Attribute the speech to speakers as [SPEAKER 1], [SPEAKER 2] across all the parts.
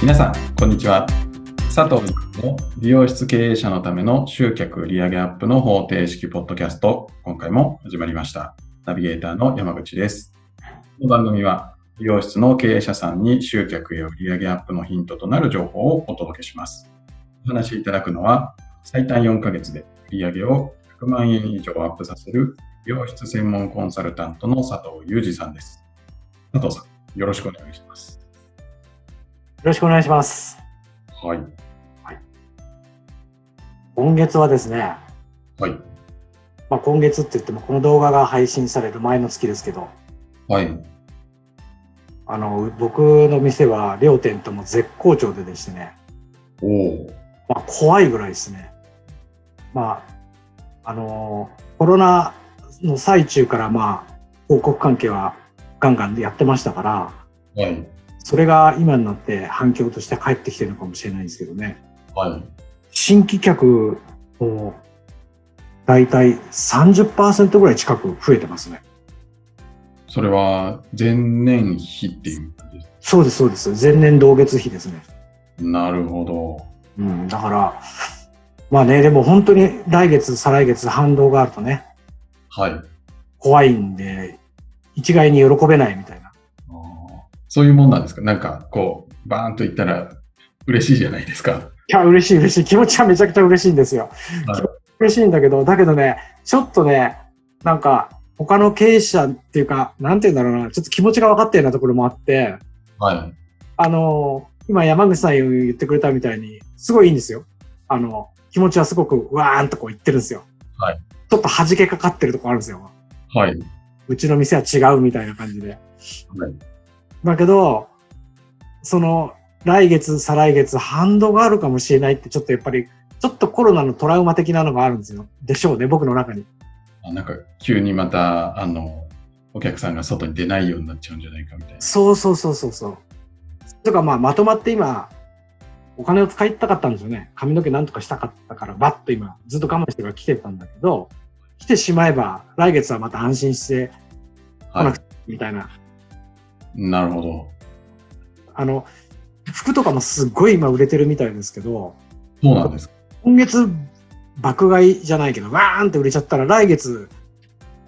[SPEAKER 1] 皆さん、こんにちは。佐藤の美容室経営者のための集客売上アップの方程式ポッドキャスト、今回も始まりました。ナビゲーターの山口です。この番組は、美容室の経営者さんに集客や売上アップのヒントとなる情報をお届けします。お話しいただくのは、最短4ヶ月で売上を100万円以上アップさせる美容室専門コンサルタントの佐藤裕二さんです。佐藤さん、よろしくお願いします。
[SPEAKER 2] よろしくお願いします。
[SPEAKER 1] はい。
[SPEAKER 2] 今月はですね、
[SPEAKER 1] はい。
[SPEAKER 2] まあ、今月って言ってもこの動画が配信される前の月ですけど、
[SPEAKER 1] はい。
[SPEAKER 2] あの僕の店は両店とも絶好調ででしてね、
[SPEAKER 1] おお。
[SPEAKER 2] まあ、怖いぐらいですね。まあ、あのコロナの最中からまあ広告関係はガンガンやってましたから、
[SPEAKER 1] はい。
[SPEAKER 2] それが今になって反響として返ってきてるのかもしれないんですけどね。
[SPEAKER 1] はい。
[SPEAKER 2] 新規客も大体30%ぐらい近く増えてますね。
[SPEAKER 1] それは前年比っていう感じです。
[SPEAKER 2] そうです、そうです。前年同月比ですね。
[SPEAKER 1] なるほど。
[SPEAKER 2] うん、だから、まあね、でも本当に来月、再来月反動があるとね、
[SPEAKER 1] はい。あ
[SPEAKER 2] 怖いんで、一概に喜べないみたいな。
[SPEAKER 1] ーそういうもんなんですかなんかこう、バーンと言ったら嬉しいじゃないですか。
[SPEAKER 2] いや、嬉しい嬉しい。気持ちはめちゃくちゃ嬉しいんですよ。
[SPEAKER 1] はい
[SPEAKER 2] 嬉しいんだけど、だけどね、ちょっとね、なんか、他の経営者っていうか、なんて言うんだろうな、ちょっと気持ちが分かったようなところもあって、
[SPEAKER 1] はい。
[SPEAKER 2] あの、今山口さん言ってくれたみたいに、すごいいいんですよ。あの、気持ちはすごくわーんとこう言ってるんですよ。
[SPEAKER 1] はい。
[SPEAKER 2] ちょっと弾けかかってるとこあるんですよ。
[SPEAKER 1] はい。
[SPEAKER 2] うちの店は違うみたいな感じで。
[SPEAKER 1] はい
[SPEAKER 2] だけど、その、来月、再来月、反動があるかもしれないって、ちょっとやっぱり、ちょっとコロナのトラウマ的なのがあるんですよ。でしょうね、僕の中に。
[SPEAKER 1] あなんか急にまた、あの、お客さんが外に出ないようになっちゃうんじゃないかみたいな。
[SPEAKER 2] そうそうそうそうそう。とかまあまとまって今お金を使いたかったんですよね。髪の毛なんとかしたかったからバッと今ずっと我慢してから来てたんだけど来てしまえば来月はまた安心して
[SPEAKER 1] は
[SPEAKER 2] みたいな
[SPEAKER 1] い。なるほど。
[SPEAKER 2] あの服とかもすっごい今売れてるみたいですけど
[SPEAKER 1] そうなんですか。
[SPEAKER 2] 今月爆買いじゃないけどわーんって売れちゃったら来月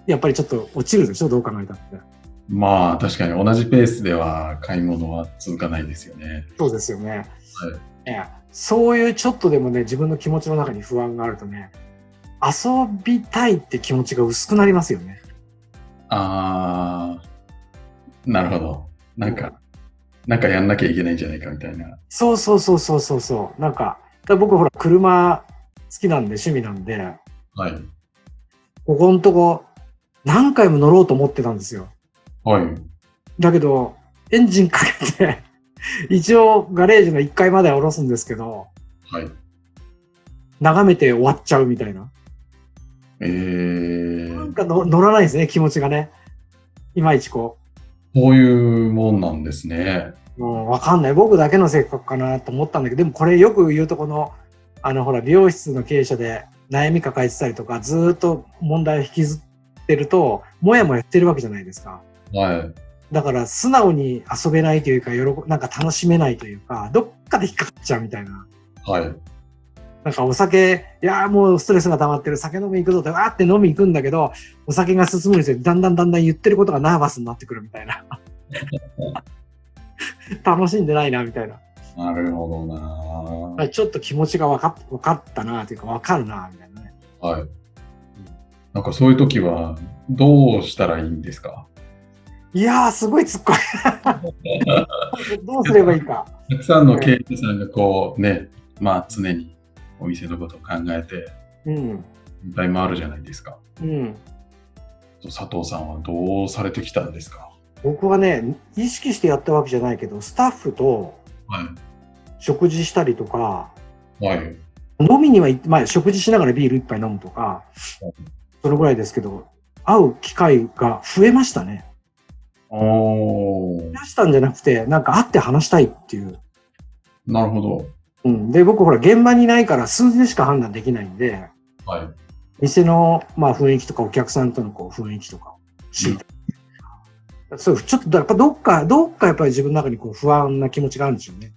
[SPEAKER 2] やっぱりちょっと落ちるでしょどう考えたって。
[SPEAKER 1] まあ確かに同じペースでは買い物は続かないですよね。
[SPEAKER 2] そうですよね。ねそういうちょっとでもね、自分の気持ちの中に不安があるとね、遊びたいって気持ちが薄くなりますよね。
[SPEAKER 1] あー、なるほど。なんか、なんかやんなきゃいけないんじゃないかみたいな。
[SPEAKER 2] そうそうそうそうそうそう。なんか、だから僕ほら、車好きなんで、趣味なんで、
[SPEAKER 1] はい。
[SPEAKER 2] ここのとこ、何回も乗ろうと思ってたんですよ。
[SPEAKER 1] はい。
[SPEAKER 2] だけど、エンジンかけて、 一応ガレージの1階までは下ろすんですけど、
[SPEAKER 1] はい。
[SPEAKER 2] 眺めて終わっちゃうみたいな。
[SPEAKER 1] え
[SPEAKER 2] なん
[SPEAKER 1] ー、
[SPEAKER 2] かの乗らないですね、気持ちがね。いまいちこう。
[SPEAKER 1] こういうもんなんですね。
[SPEAKER 2] もうわかんない。僕だけの性格かなと思ったんだけど、でもこれよく言うとこの、あの、ほら、美容室の経営者で悩み抱えてたりとか、ずーっと問題を引きずってると、もやもやってるわけじゃないですか。
[SPEAKER 1] はい。
[SPEAKER 2] だから、素直に遊べないというか、喜なんか楽しめないというか、どっかで引っかかっちゃうみたいな。
[SPEAKER 1] はい。
[SPEAKER 2] なんかお酒、いやーもうストレスが溜まってる、酒飲み行くぞって、わーって飲み行くんだけど、お酒が進むにつれて、だんだんだんだん言ってることがナーバスになってくるみたいな。楽しんでないな、みたいな。
[SPEAKER 1] なるほどな、
[SPEAKER 2] まあ、ちょっと気持ちが分かっ分かったなというか分かるなみたいなね。
[SPEAKER 1] はい。なんかそういう時は、どうしたらいいんですか
[SPEAKER 2] いやーすごい突っ込みどうすればいいか。
[SPEAKER 1] たくさんの経営者さんがこうね、まあ常にお店のことを考えて、
[SPEAKER 2] うん
[SPEAKER 1] いっぱい回るじゃないですか。
[SPEAKER 2] うん、
[SPEAKER 1] 佐藤さんはどうされてきたんですか
[SPEAKER 2] 僕はね意識してやったわけじゃないけどスタッフと
[SPEAKER 1] は
[SPEAKER 2] 食事したりとか
[SPEAKER 1] い。はい。
[SPEAKER 2] 飲みには行って、まあ、食事しながらビール一杯飲むとかそのぐらいですけど会う機会が増えましたね。
[SPEAKER 1] おー
[SPEAKER 2] 増、やしたんじゃなくてなんか会って話したいっていう。
[SPEAKER 1] なるほど。
[SPEAKER 2] うん、で僕ほら現場にいないから数字でしか判断できないんで。
[SPEAKER 1] はい。
[SPEAKER 2] 店の、まあ、雰囲気とかお客さんとのこう雰囲気とかを知りたい。そう、ちょっとだからやっぱどっか、どっかやっぱり自分の中にこう不安な気持ちがあるんでしょうね。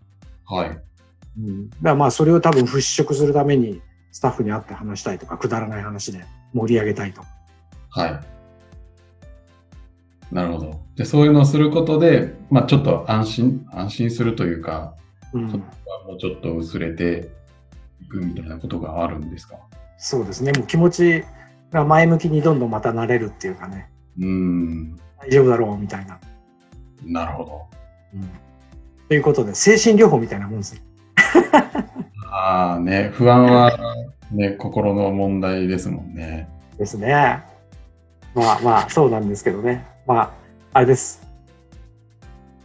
[SPEAKER 1] はい。
[SPEAKER 2] うん、だからまあそれを多分払拭するためにスタッフに会って話したいとかくだらない話で盛り上げたいとか
[SPEAKER 1] はい。なるほど。で、そういうのをすることで、まあ、ちょっと安心、安心するというか、
[SPEAKER 2] うん、
[SPEAKER 1] もうちょっと薄れていくみたいなことがあるんですか
[SPEAKER 2] そうですねもう気持ちが前向きにどんどんまた慣れるっていうかね
[SPEAKER 1] うーん、
[SPEAKER 2] 大丈夫だろうみたいな、
[SPEAKER 1] なるほど。
[SPEAKER 2] うん、ということで精神療法みたいなもんですよ
[SPEAKER 1] ああね、不安はね、心の問題ですもんね。
[SPEAKER 2] ですねまあまあそうなんですけどねまああれです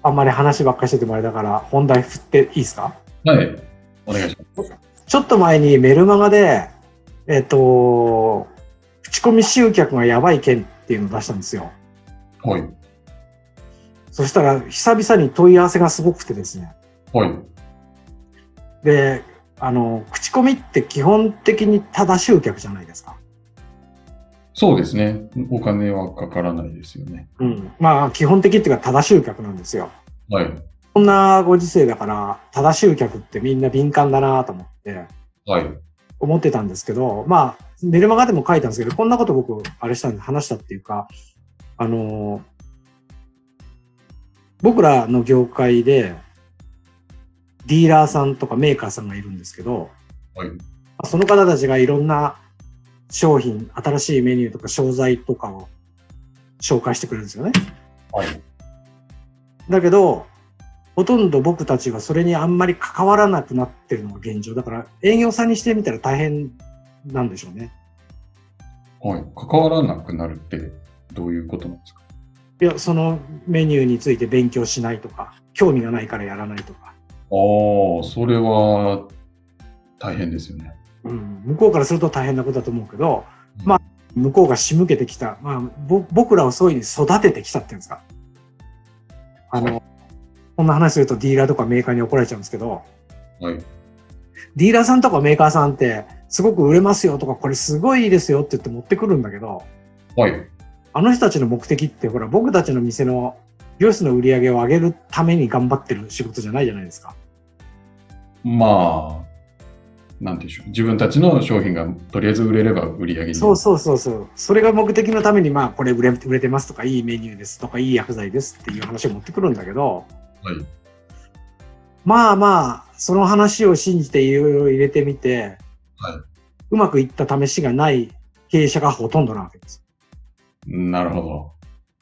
[SPEAKER 2] あんまり話ばっかりしててもあれだから本題振っていいですか
[SPEAKER 1] はい。お願いします。
[SPEAKER 2] ちょっと前にメルマガで、えっと、口コミ集客がやばい件っていうのを出したんですよ。
[SPEAKER 1] はい。
[SPEAKER 2] そしたら、久々に問い合わせがすごくてですね。
[SPEAKER 1] はい。
[SPEAKER 2] で、あの、口コミって基本的にただ集客じゃないですか。
[SPEAKER 1] そうですね。お金はかからないですよね。
[SPEAKER 2] うん。まあ、基本的っていうか、ただ集客なんですよ。
[SPEAKER 1] はい。
[SPEAKER 2] こんなご時世だから、ただ集客ってみんな敏感だなと思って、
[SPEAKER 1] はい。
[SPEAKER 2] 思ってたんですけど、まあ、メルマガでも書いたんですけど、こんなこと僕、あれしたんで、話したっていうか、あのー僕らの業界で、ディーラーさんとかメーカーさんがいるんですけど、
[SPEAKER 1] はい。
[SPEAKER 2] その方たちがいろんな商品、新しいメニューとか商材とかを紹介してくれるんですよね。
[SPEAKER 1] はい。
[SPEAKER 2] だけど、ほとんど僕たちはそれにあんまり関わらなくなってるのが現状。だから営業さんにしてみたら大変なんでしょうね。
[SPEAKER 1] はい。関わらなくなるってどういうことなんですか
[SPEAKER 2] いや、そのメニューについて勉強しないとか、興味がないからやらないとか、
[SPEAKER 1] ああ、それは大変ですよね。
[SPEAKER 2] うん、向こうからすると大変なことだと思うけど、
[SPEAKER 1] うん
[SPEAKER 2] まあ、向こうが仕向けてきた、まあ、ぼ僕らをそういうふうに育ててきたっていうんですか。あの、こんな話するとディーラーとかメーカーに怒られちゃうんですけど、
[SPEAKER 1] はい。
[SPEAKER 2] ディーラーさんとかメーカーさんって、すごく売れますよとか、これすごいいいですよって言って持ってくるんだけど、
[SPEAKER 1] はい。
[SPEAKER 2] あの人たちの目的って、ほら、僕たちの店の、美容室の売り上げを上げるために頑張ってる仕事じゃないじゃないですか。
[SPEAKER 1] まあ、なんていうんでしょう。自分たちの商品がとりあえず売れれば売り上げに。
[SPEAKER 2] そうそうそうそう。それが目的のために、まあ、これ売れ売れてますとか、いいメニューですとか、いい薬剤ですっていう話を持ってくるんだけど、
[SPEAKER 1] はい
[SPEAKER 2] まあまあ、その話を信じていろいろ入れてみて、
[SPEAKER 1] はいう
[SPEAKER 2] まくいった試しがない経営者がほとんどなわけです。
[SPEAKER 1] なるほど。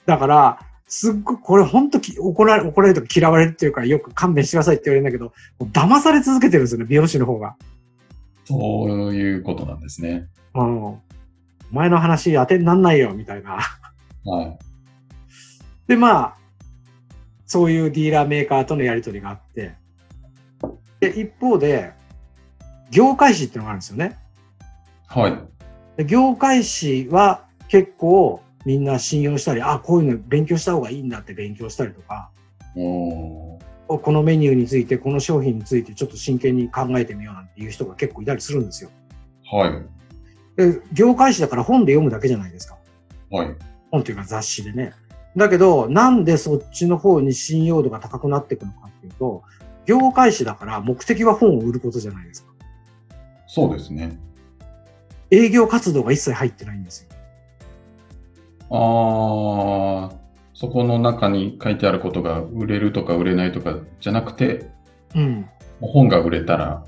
[SPEAKER 2] だから、すっごく、これ本当き怒られ、怒られるとか嫌われるっていうか、よく勘弁してくださいって言われるんだけど、もう騙され続けてるんですよね、美容師の方が。
[SPEAKER 1] そういうことなんですね。
[SPEAKER 2] うん。お前の話当てになんないよ、みたいな。
[SPEAKER 1] はい。
[SPEAKER 2] で、まあ、そういうディーラーメーカーとのやり取りがあって、で、一方で、業界誌っていうのがあるんですよね。
[SPEAKER 1] はい。
[SPEAKER 2] で業界誌は結構みんな信用したり、あ、こういうの勉強した方がいいんだって勉強したりとか、
[SPEAKER 1] おー
[SPEAKER 2] このメニューについて、この商品についてちょっと真剣に考えてみようなんていう人が結構いたりするんですよ。
[SPEAKER 1] はい。
[SPEAKER 2] で業界誌だから本で読むだけじゃないですか。
[SPEAKER 1] はい。
[SPEAKER 2] 本というか雑誌でね。だけど、なんでそっちの方に信用度が高くなっていくのかっていうと、業界誌だから目的は本を売ることじゃないですか。
[SPEAKER 1] そうですね。
[SPEAKER 2] 営業活動が一切入ってないんですよ。
[SPEAKER 1] ああ、そこの中に書いてあることが売れるとか売れないとかじゃなくて、
[SPEAKER 2] うん。
[SPEAKER 1] もう本が売れたら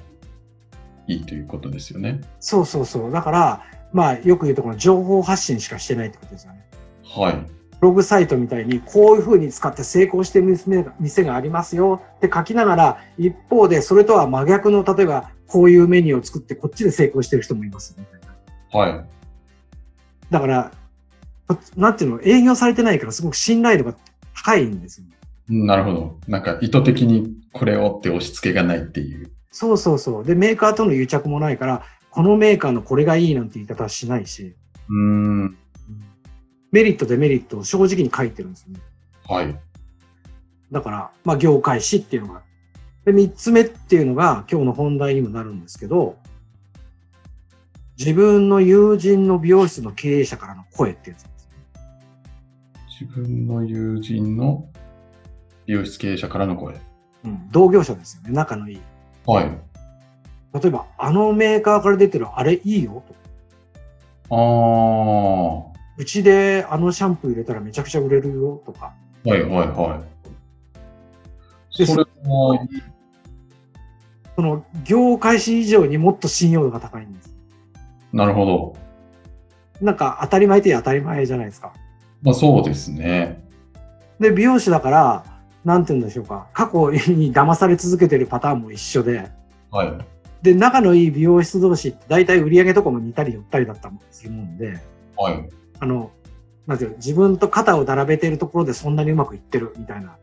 [SPEAKER 1] いいということですよね。
[SPEAKER 2] そうそうそう。だから、まあよく言うとこの情報発信しかしてないってことですよね。
[SPEAKER 1] はい。
[SPEAKER 2] ブログサイトみたいにこういうふうに使って成功してる店が店がありますよって書きながら一方でそれとは真逆の例えばこういうメニューを作ってこっちで成功してる人もいますみたいな
[SPEAKER 1] は
[SPEAKER 2] だからこなんていうの営業されてないからすごく信頼度が高いんですよ
[SPEAKER 1] い。なるほど。なんか意図的にこれをって押し付けがないっていう。
[SPEAKER 2] そうそうそうでメーカーとの癒着もないからこのメーカーのこれがいいなんて言い方はしないし
[SPEAKER 1] うーん。
[SPEAKER 2] メリットデメリットを正直に書いてるんですよね
[SPEAKER 1] はい。
[SPEAKER 2] だから、まあ、業界史っていうのがある。で、三つ目っていうのが今日の本題にもなるんですけど、自分の友人の美容室の経営者からの声ってやつです。
[SPEAKER 1] 自分の友人の美容室経営者からの声。
[SPEAKER 2] うん、同業者ですよね、仲のいい。
[SPEAKER 1] はい。
[SPEAKER 2] 例えば、あのメーカーから出てるあれいいよ
[SPEAKER 1] あ
[SPEAKER 2] と。
[SPEAKER 1] あ。は
[SPEAKER 2] うちであのシャンプー入れたらめちゃくちゃ売れるよとか。
[SPEAKER 1] いはいはい。
[SPEAKER 2] で
[SPEAKER 1] それは、
[SPEAKER 2] その業界史以上にもっと信用度が高いんです。
[SPEAKER 1] なるほど。
[SPEAKER 2] なんか当たり前って当たり前じゃないですか。
[SPEAKER 1] まあそうですね。
[SPEAKER 2] で、美容師だから、なんて言うんでしょうか。過去に騙され続けてるパターンも一緒で。
[SPEAKER 1] はい。
[SPEAKER 2] で、仲のいい美容室同士って大体売り上げとかも似たり寄ったりだったりするもんで、
[SPEAKER 1] はい。
[SPEAKER 2] あの、なんていうの自分と肩を並べてるところでそんなにうまくいってるみたいな。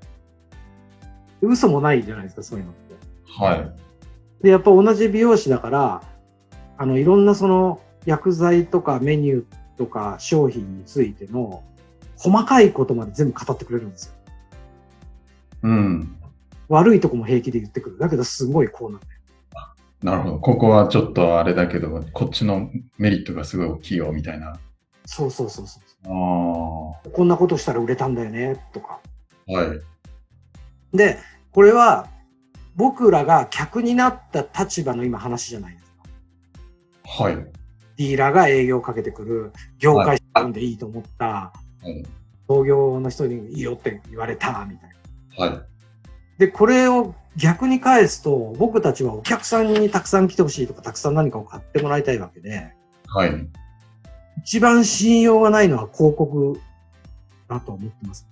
[SPEAKER 2] 嘘もないじゃないですか、そういうのって。
[SPEAKER 1] はい。
[SPEAKER 2] で、やっぱ同じ美容師だから、あの、いろんなその薬剤とかメニューとか商品についての細かいことまで全部語ってくれるんですよ。
[SPEAKER 1] うん。
[SPEAKER 2] 悪いとこも平気で言ってくる。だけどすごいこうなんだよ。
[SPEAKER 1] なるほど。ここはちょっとあれだけど、こっちのメリットがすごい大きいよ、みたいな。
[SPEAKER 2] そうそうそうそ
[SPEAKER 1] ああ。は
[SPEAKER 2] う。こんなことしたら売れたんだよね、とか。
[SPEAKER 1] い。
[SPEAKER 2] で、これは僕らが客になった立場の今話じゃないですか。
[SPEAKER 1] はい。
[SPEAKER 2] ディーラーが営業をかけてくる、業界なんでいいと思った、
[SPEAKER 1] はい。
[SPEAKER 2] 同業の人にいいよって言われた、みたいな。
[SPEAKER 1] はい。
[SPEAKER 2] で、これを逆に返すと、僕たちはお客さんにたくさん来てほしいとか、たくさん何かを買ってもらいたいわけで、
[SPEAKER 1] はい。
[SPEAKER 2] 一番信用がないのは広告だと思ってます。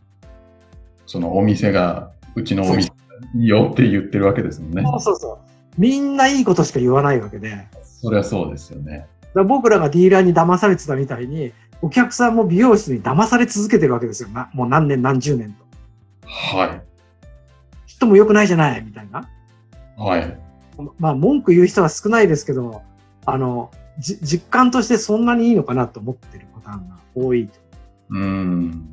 [SPEAKER 1] そのお店が、うちのお店いいよって言ってるわけですもんね。
[SPEAKER 2] そうそうそう。みんないいことしか言わないわけで、だか
[SPEAKER 1] そりゃそうですよね。
[SPEAKER 2] ら僕らがディーラーに騙されてたみたいに、お客さんも美容室に騙され続けてるわけですよ。なもう何年何十年と。
[SPEAKER 1] は
[SPEAKER 2] ちっとも良くないじゃないみたいな。
[SPEAKER 1] い。はい。
[SPEAKER 2] まあ、文句言う人は少ないですけど、あの、じ実感としてそんなにいいのかなと思ってるパターンが多いと
[SPEAKER 1] うん。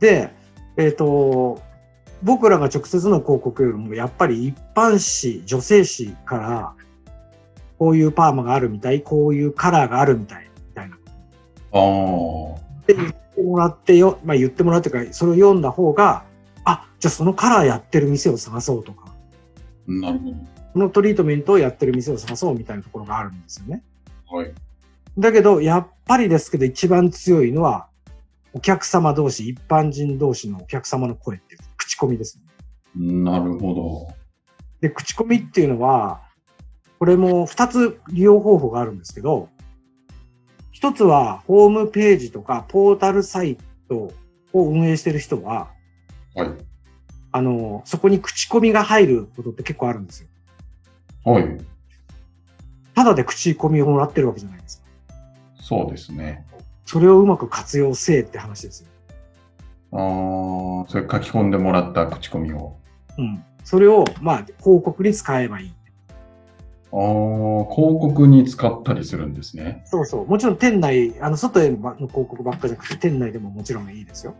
[SPEAKER 2] で、えっ、と、僕らが直接の広告よりも、やっぱり一般誌、女性誌から、こういうパーマがあるみたい、こういうカラーがあるみたい、みたいな。
[SPEAKER 1] ああ。
[SPEAKER 2] で、言ってもらってよ、まあ言ってもらうというか、それを読んだ方が、あ、じゃあそのカラーやってる店を探そうとか、
[SPEAKER 1] なるほ
[SPEAKER 2] このトリートメントをやってる店を探そうみたいなところがあるんですよね。
[SPEAKER 1] ど。はい。
[SPEAKER 2] だけど、やっぱりですけど、一番強いのは、お客様同士、一般人同士のお客様の声っていう、口コミですね。
[SPEAKER 1] なるほ
[SPEAKER 2] で、口コミっていうのは、これも2つ利用方法があるんですけど、1つはホームページとかポータルサイトを運営してる人は、
[SPEAKER 1] ど。はい。
[SPEAKER 2] あの、そこに口コミが入ることって結構あるんですよ。
[SPEAKER 1] はい。
[SPEAKER 2] ただで口コミをもらってるわけじゃないですか。
[SPEAKER 1] そうですね。
[SPEAKER 2] それをうまく活用せえって話ですよ。
[SPEAKER 1] ああ、それ書き込んでもらった口コミを。
[SPEAKER 2] うん。それを、まあ、広告に使えばいい。
[SPEAKER 1] ああ、広告に使ったりするんですね。
[SPEAKER 2] そうそう。もちろん店内、あの、外への広告ばっかじゃなくて、店内でももちろんいいですよ。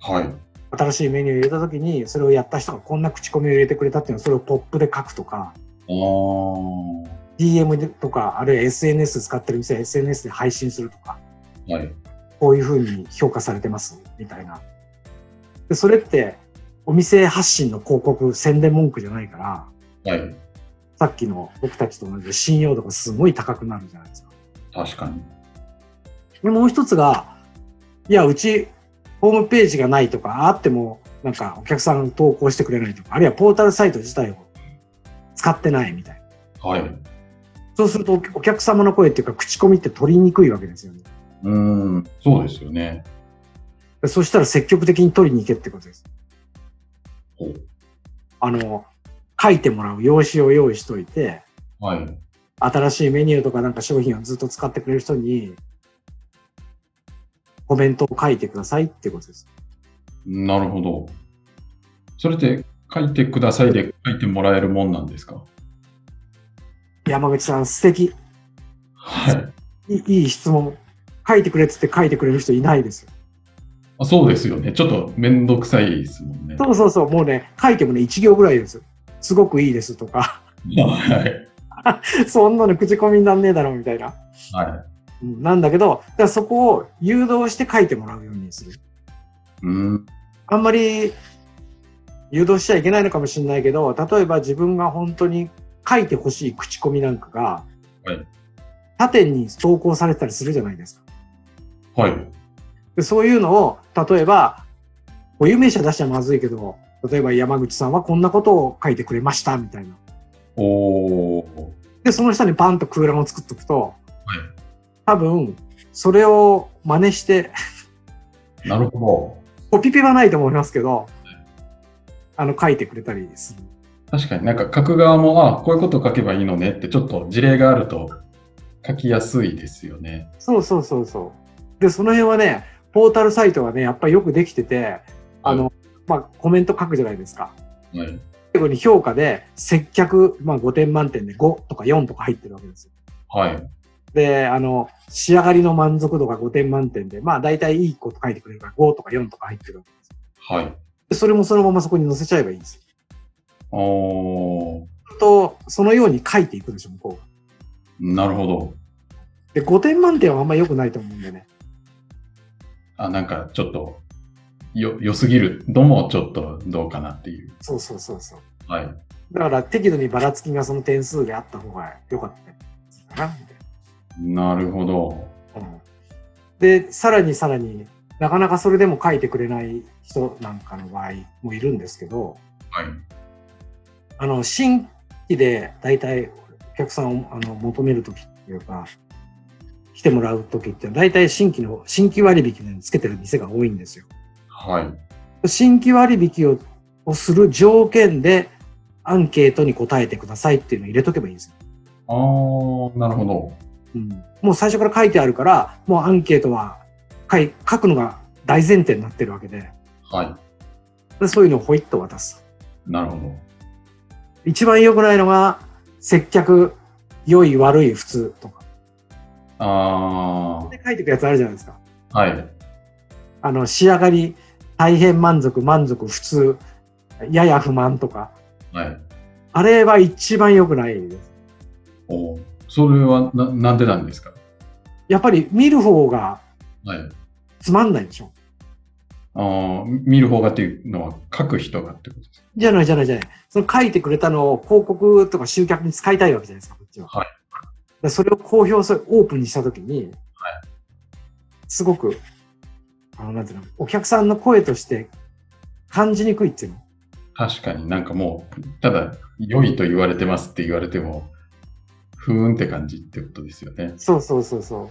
[SPEAKER 1] はい。
[SPEAKER 2] 新しいメニューを入れた時にそれをやった人がこんな口コミを入れてくれたっていうのをそれをポップで書くとか
[SPEAKER 1] あ
[SPEAKER 2] DM でとかあるいは SNS 使ってる店は SNS で配信するとか
[SPEAKER 1] あ。はい。
[SPEAKER 2] こういうふうに評価されてますみたいなでそれってお店発信の広告宣伝文句じゃないから
[SPEAKER 1] はい。
[SPEAKER 2] さっきの僕たちと同じで信用度がすごい高くなるじゃないですか
[SPEAKER 1] 確かに。
[SPEAKER 2] でもう一つがいやうちホームページがないとかあってもなんかお客さん投稿してくれないとかあるいはポータルサイト自体を使ってないみたいな
[SPEAKER 1] はい。
[SPEAKER 2] そうするとお客様の声っていうか口コミって取りにくいわけですよね。
[SPEAKER 1] うーん、そうですよね。
[SPEAKER 2] そしたら積極的に取りに行けってことです
[SPEAKER 1] ほう。
[SPEAKER 2] あの、書いてもらう用紙を用意しといて、
[SPEAKER 1] はい。
[SPEAKER 2] 新しいメニューとかなんか商品をずっと使ってくれる人に、コメントを書いてくださいってことです。
[SPEAKER 1] なるほど。それって書いてくださいで書いてもらえるもんなんですか
[SPEAKER 2] 山口さん素敵。
[SPEAKER 1] はい。
[SPEAKER 2] いいいい質問。書いてくれっつって書いてくれる人いないですよ。
[SPEAKER 1] あそうですよね。ちょっとめんどくさいですもんね。
[SPEAKER 2] そうそうそう。もうね、書いてもね、1行ぐらいですよ。すごくいいですとか、
[SPEAKER 1] はい。
[SPEAKER 2] そんなの口コミになんねえだろうみたいな。
[SPEAKER 1] はい。
[SPEAKER 2] うんなんだけど、だからそこを誘導して書いてもらうようにする。
[SPEAKER 1] うーん。
[SPEAKER 2] あんまり誘導しちゃいけないのかもしれないけど、例えば自分が本当に書いてほしい口コミなんかが、
[SPEAKER 1] はい
[SPEAKER 2] 縦に投稿されてたりするじゃないですか。
[SPEAKER 1] はい。
[SPEAKER 2] でそういうのを、例えば、こう有名者出しちゃまずいけど、例えば山口さんはこんなことを書いてくれました、みたいな。
[SPEAKER 1] おー。
[SPEAKER 2] で、その下にバンと空欄を作っとくと、
[SPEAKER 1] はい
[SPEAKER 2] 多分、それを真似して、
[SPEAKER 1] なるほ
[SPEAKER 2] コピペはないと思いますけど、あの、書いてくれたりする。
[SPEAKER 1] ど。確かになんか書く側も、あこういうこと書けばいいのねって、ちょっと事例があると書きやすいですよね。
[SPEAKER 2] そうそうそうそう。で、その辺はね、ポータルサイトはね、やっぱりよくできてて、あの、まあ、コメント書くじゃないですか。
[SPEAKER 1] はい。
[SPEAKER 2] 最後に評価で、接客、まあ、5点満点で5とか4とか入ってるわけですよ。
[SPEAKER 1] はい。
[SPEAKER 2] で、あの、仕上がりの満足度が5点満点で、まあ、大体いいこと書いてくれるから5とか4とか入ってるわけですよ
[SPEAKER 1] はい。
[SPEAKER 2] で。それもそのままそこに載せちゃえばいいんですよ。
[SPEAKER 1] おー。
[SPEAKER 2] と、そのように書いていくでしょ、向こうが。
[SPEAKER 1] なるほど。
[SPEAKER 2] で、5点満点はあんま良くないと思うんでね。
[SPEAKER 1] あ、なんかちょっと、よ、良すぎるのもちょっとどうかなっていう。
[SPEAKER 2] そうそうそうそう。
[SPEAKER 1] はい。
[SPEAKER 2] だから適度にばらつきがその点数であった方が良かったりするかなみたい
[SPEAKER 1] なるほど。
[SPEAKER 2] な、うんでさらにさらになかなかそれでも書いてくれない人なんかの場合もいるんですけど
[SPEAKER 1] はい。
[SPEAKER 2] あの新規で大体お客さんをあの求める時っていうか来てもらう時って大体新規の新規割引につけてる店が多いんですよ。
[SPEAKER 1] はい。
[SPEAKER 2] 新規割引ををする条件でアンケートに答えてくださいっていうのを入れとけばいいんですよ
[SPEAKER 1] あー、なるほど。
[SPEAKER 2] うんもう最初から書いてあるから、もうアンケートは書い書くのが大前提になってるわけで、
[SPEAKER 1] は
[SPEAKER 2] でそういうのをほいっと渡す。
[SPEAKER 1] い。なるほど。
[SPEAKER 2] 一番良くないのが、接客、良い、悪い、普通とか。
[SPEAKER 1] あ
[SPEAKER 2] で書いてくやつあるじゃないですか。
[SPEAKER 1] ー、はい。
[SPEAKER 2] あの、仕上がり、大変満足、満足、普通、やや不満とか。
[SPEAKER 1] はい。
[SPEAKER 2] あれは一番良くないです。
[SPEAKER 1] おーそれはな、なんでなんですか
[SPEAKER 2] やっぱり見る方が
[SPEAKER 1] はい。
[SPEAKER 2] つまんないでしょ。
[SPEAKER 1] あー見る方がっていうのは書く人がってことです
[SPEAKER 2] じゃないじゃないじゃない。その書いてくれたのを広告とか集客に使いたいわけじゃないですか、こっちは。
[SPEAKER 1] はい
[SPEAKER 2] だからそれを公表する、オープンにしたときに、
[SPEAKER 1] は
[SPEAKER 2] すごく、あの、なんていうの、お客さんの声として感じにくいっていうの。
[SPEAKER 1] か確かになんかもう、ただ、良いと言われてますって言われても、ふーんって感じってことですよね。
[SPEAKER 2] そうそうそうそう。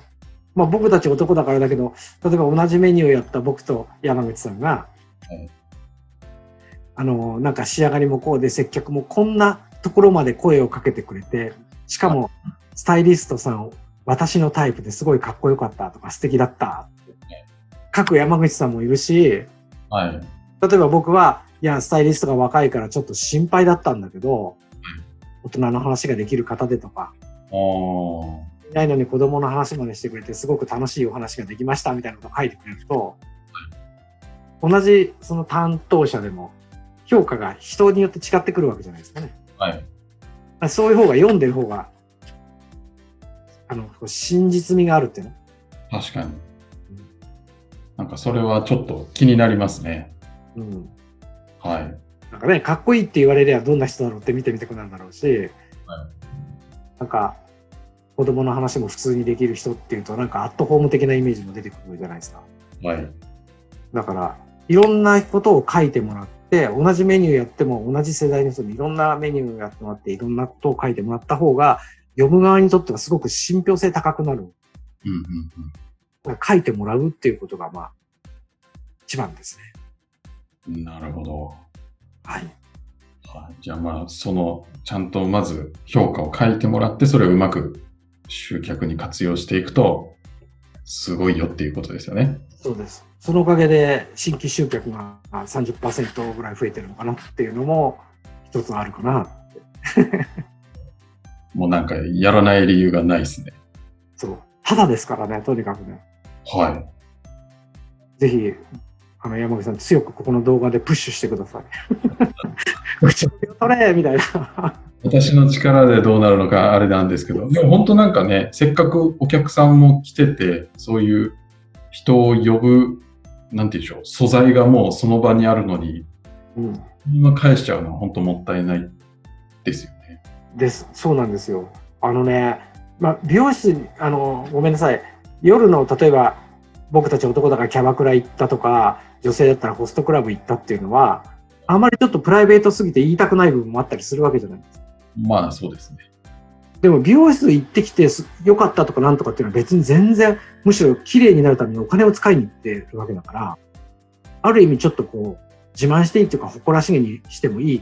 [SPEAKER 2] まあ僕たち男だからだけど、例えば同じメニューをやった僕と山口さんが、
[SPEAKER 1] はい
[SPEAKER 2] あの、なんか仕上がりもこうで接客もこんなところまで声をかけてくれて、しかもスタイリストさんを私のタイプですごいかっこよかったとか素敵だったって書く山口さんもいるし、例え
[SPEAKER 1] はい。
[SPEAKER 2] ば僕は、いや、スタイリストが若いからちょっと心配だったんだけど、大人の話ができる方でとか、
[SPEAKER 1] あー、
[SPEAKER 2] いないのに子供の話までしてくれてすごく楽しいお話ができましたみたいなことを書いてくれると、同じその担当者でも評価が人によって違ってくるわけじゃないですかね。
[SPEAKER 1] はい。
[SPEAKER 2] そういう方が読んでる方が、あの、こう真実味があるっていうの。
[SPEAKER 1] 確かに。なんかそれはちょっと気になりますね。
[SPEAKER 2] うん。
[SPEAKER 1] はい。
[SPEAKER 2] なんかね、かっこいいって言われりゃどんな人だろうって見てみたくなるだろうし、なんか、子供の話も普通にできる人っていうと、なんかアットホーム的なイメージも出てくるじゃないですか。
[SPEAKER 1] はい。
[SPEAKER 2] だから、いろんなことを書いてもらって、同じメニューやっても、同じ世代の人にいろんなメニューやってもらって、いろんなことを書いてもらった方が、読む側にとってはすごく信憑性高くなる。
[SPEAKER 1] うんうん
[SPEAKER 2] だから書いてもらうっていうことが、まあ、一番ですね。
[SPEAKER 1] うん。なるほど。
[SPEAKER 2] はい。
[SPEAKER 1] はい、じゃあまあそのちゃんとまず評価を書いてもらってそれをうまく集客に活用していくとすごいよっていうことですよね。
[SPEAKER 2] そうです。そのおかげで、新規集客があ30%ぐらい増えてるのかなっていうのも、一つあるかな。
[SPEAKER 1] もうなんかやらない理由がないですね。
[SPEAKER 2] そう。ただですからね、とにかくね。
[SPEAKER 1] は
[SPEAKER 2] ぜひ、あの、山口さん、強くここの動画でプッシュしてください。 口コミを取れみたいな。
[SPEAKER 1] い。私の力でどうなるのかあれなんですけど、でも本当なんかね、せっかくお客さんも来てて、そういう人を呼ぶ、なんて言うんでしょう、素材がもうその場にあるのに、
[SPEAKER 2] うん、
[SPEAKER 1] 今返しちゃうのは本当もったいないですよね。
[SPEAKER 2] ですそうなんですよあのね、まあ、美容室にあのごめんなさい夜の例えば僕たち男だからキャバクラ行ったとか女性だったらホストクラブ行ったっていうのはあまりちょっとプライベートすぎて言いたくない部分もあったりするわけじゃないですか
[SPEAKER 1] まあそうですね。
[SPEAKER 2] でも美容室行ってきてす良かったとかなんとかっていうのは別に全然むしろ綺麗になるためにお金を使いに行ってるわけだからある意味ちょっとこう自慢していいっていうか誇らしげにしてもいい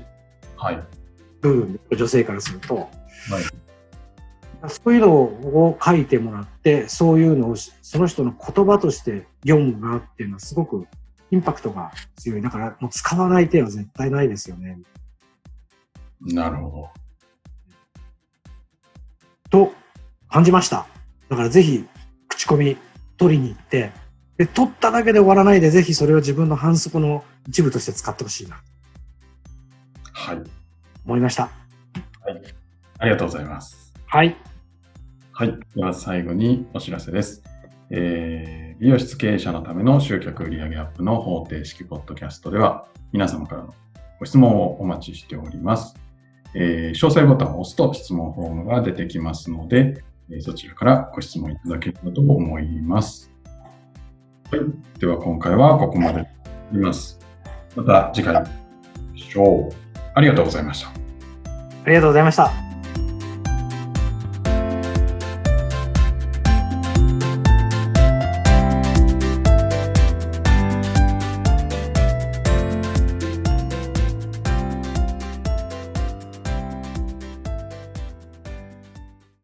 [SPEAKER 1] はい。は
[SPEAKER 2] 部分で女性からすると
[SPEAKER 1] い、
[SPEAKER 2] そういうのを書いてもらって、そういうのをしその人の言葉として読むなっていうのはすごくインパクトが強い。だからもう使わない手は絶対ないですよね。
[SPEAKER 1] なるほ
[SPEAKER 2] と感じました。だからぜひ口コミ取りに行って、で取っただけで終わらないで、ぜひそれを自分の反則の一部として使ってほしいなと
[SPEAKER 1] ど。はい。
[SPEAKER 2] 思いました。
[SPEAKER 1] ありがとうございます。
[SPEAKER 2] はい。
[SPEAKER 1] はい。では最後にお知らせです。えー美容室経営者のための集客売上アップの方程式ポッドキャストでは皆様からのご質問をお待ちしております。えー詳細ボタンを押すと質問フォームが出てきますので、えーそちらからご質問いただければと思います。はい。では今回はここまでになります。また次回お会いしましょう。ありがとうございました。
[SPEAKER 2] ありがとうございました。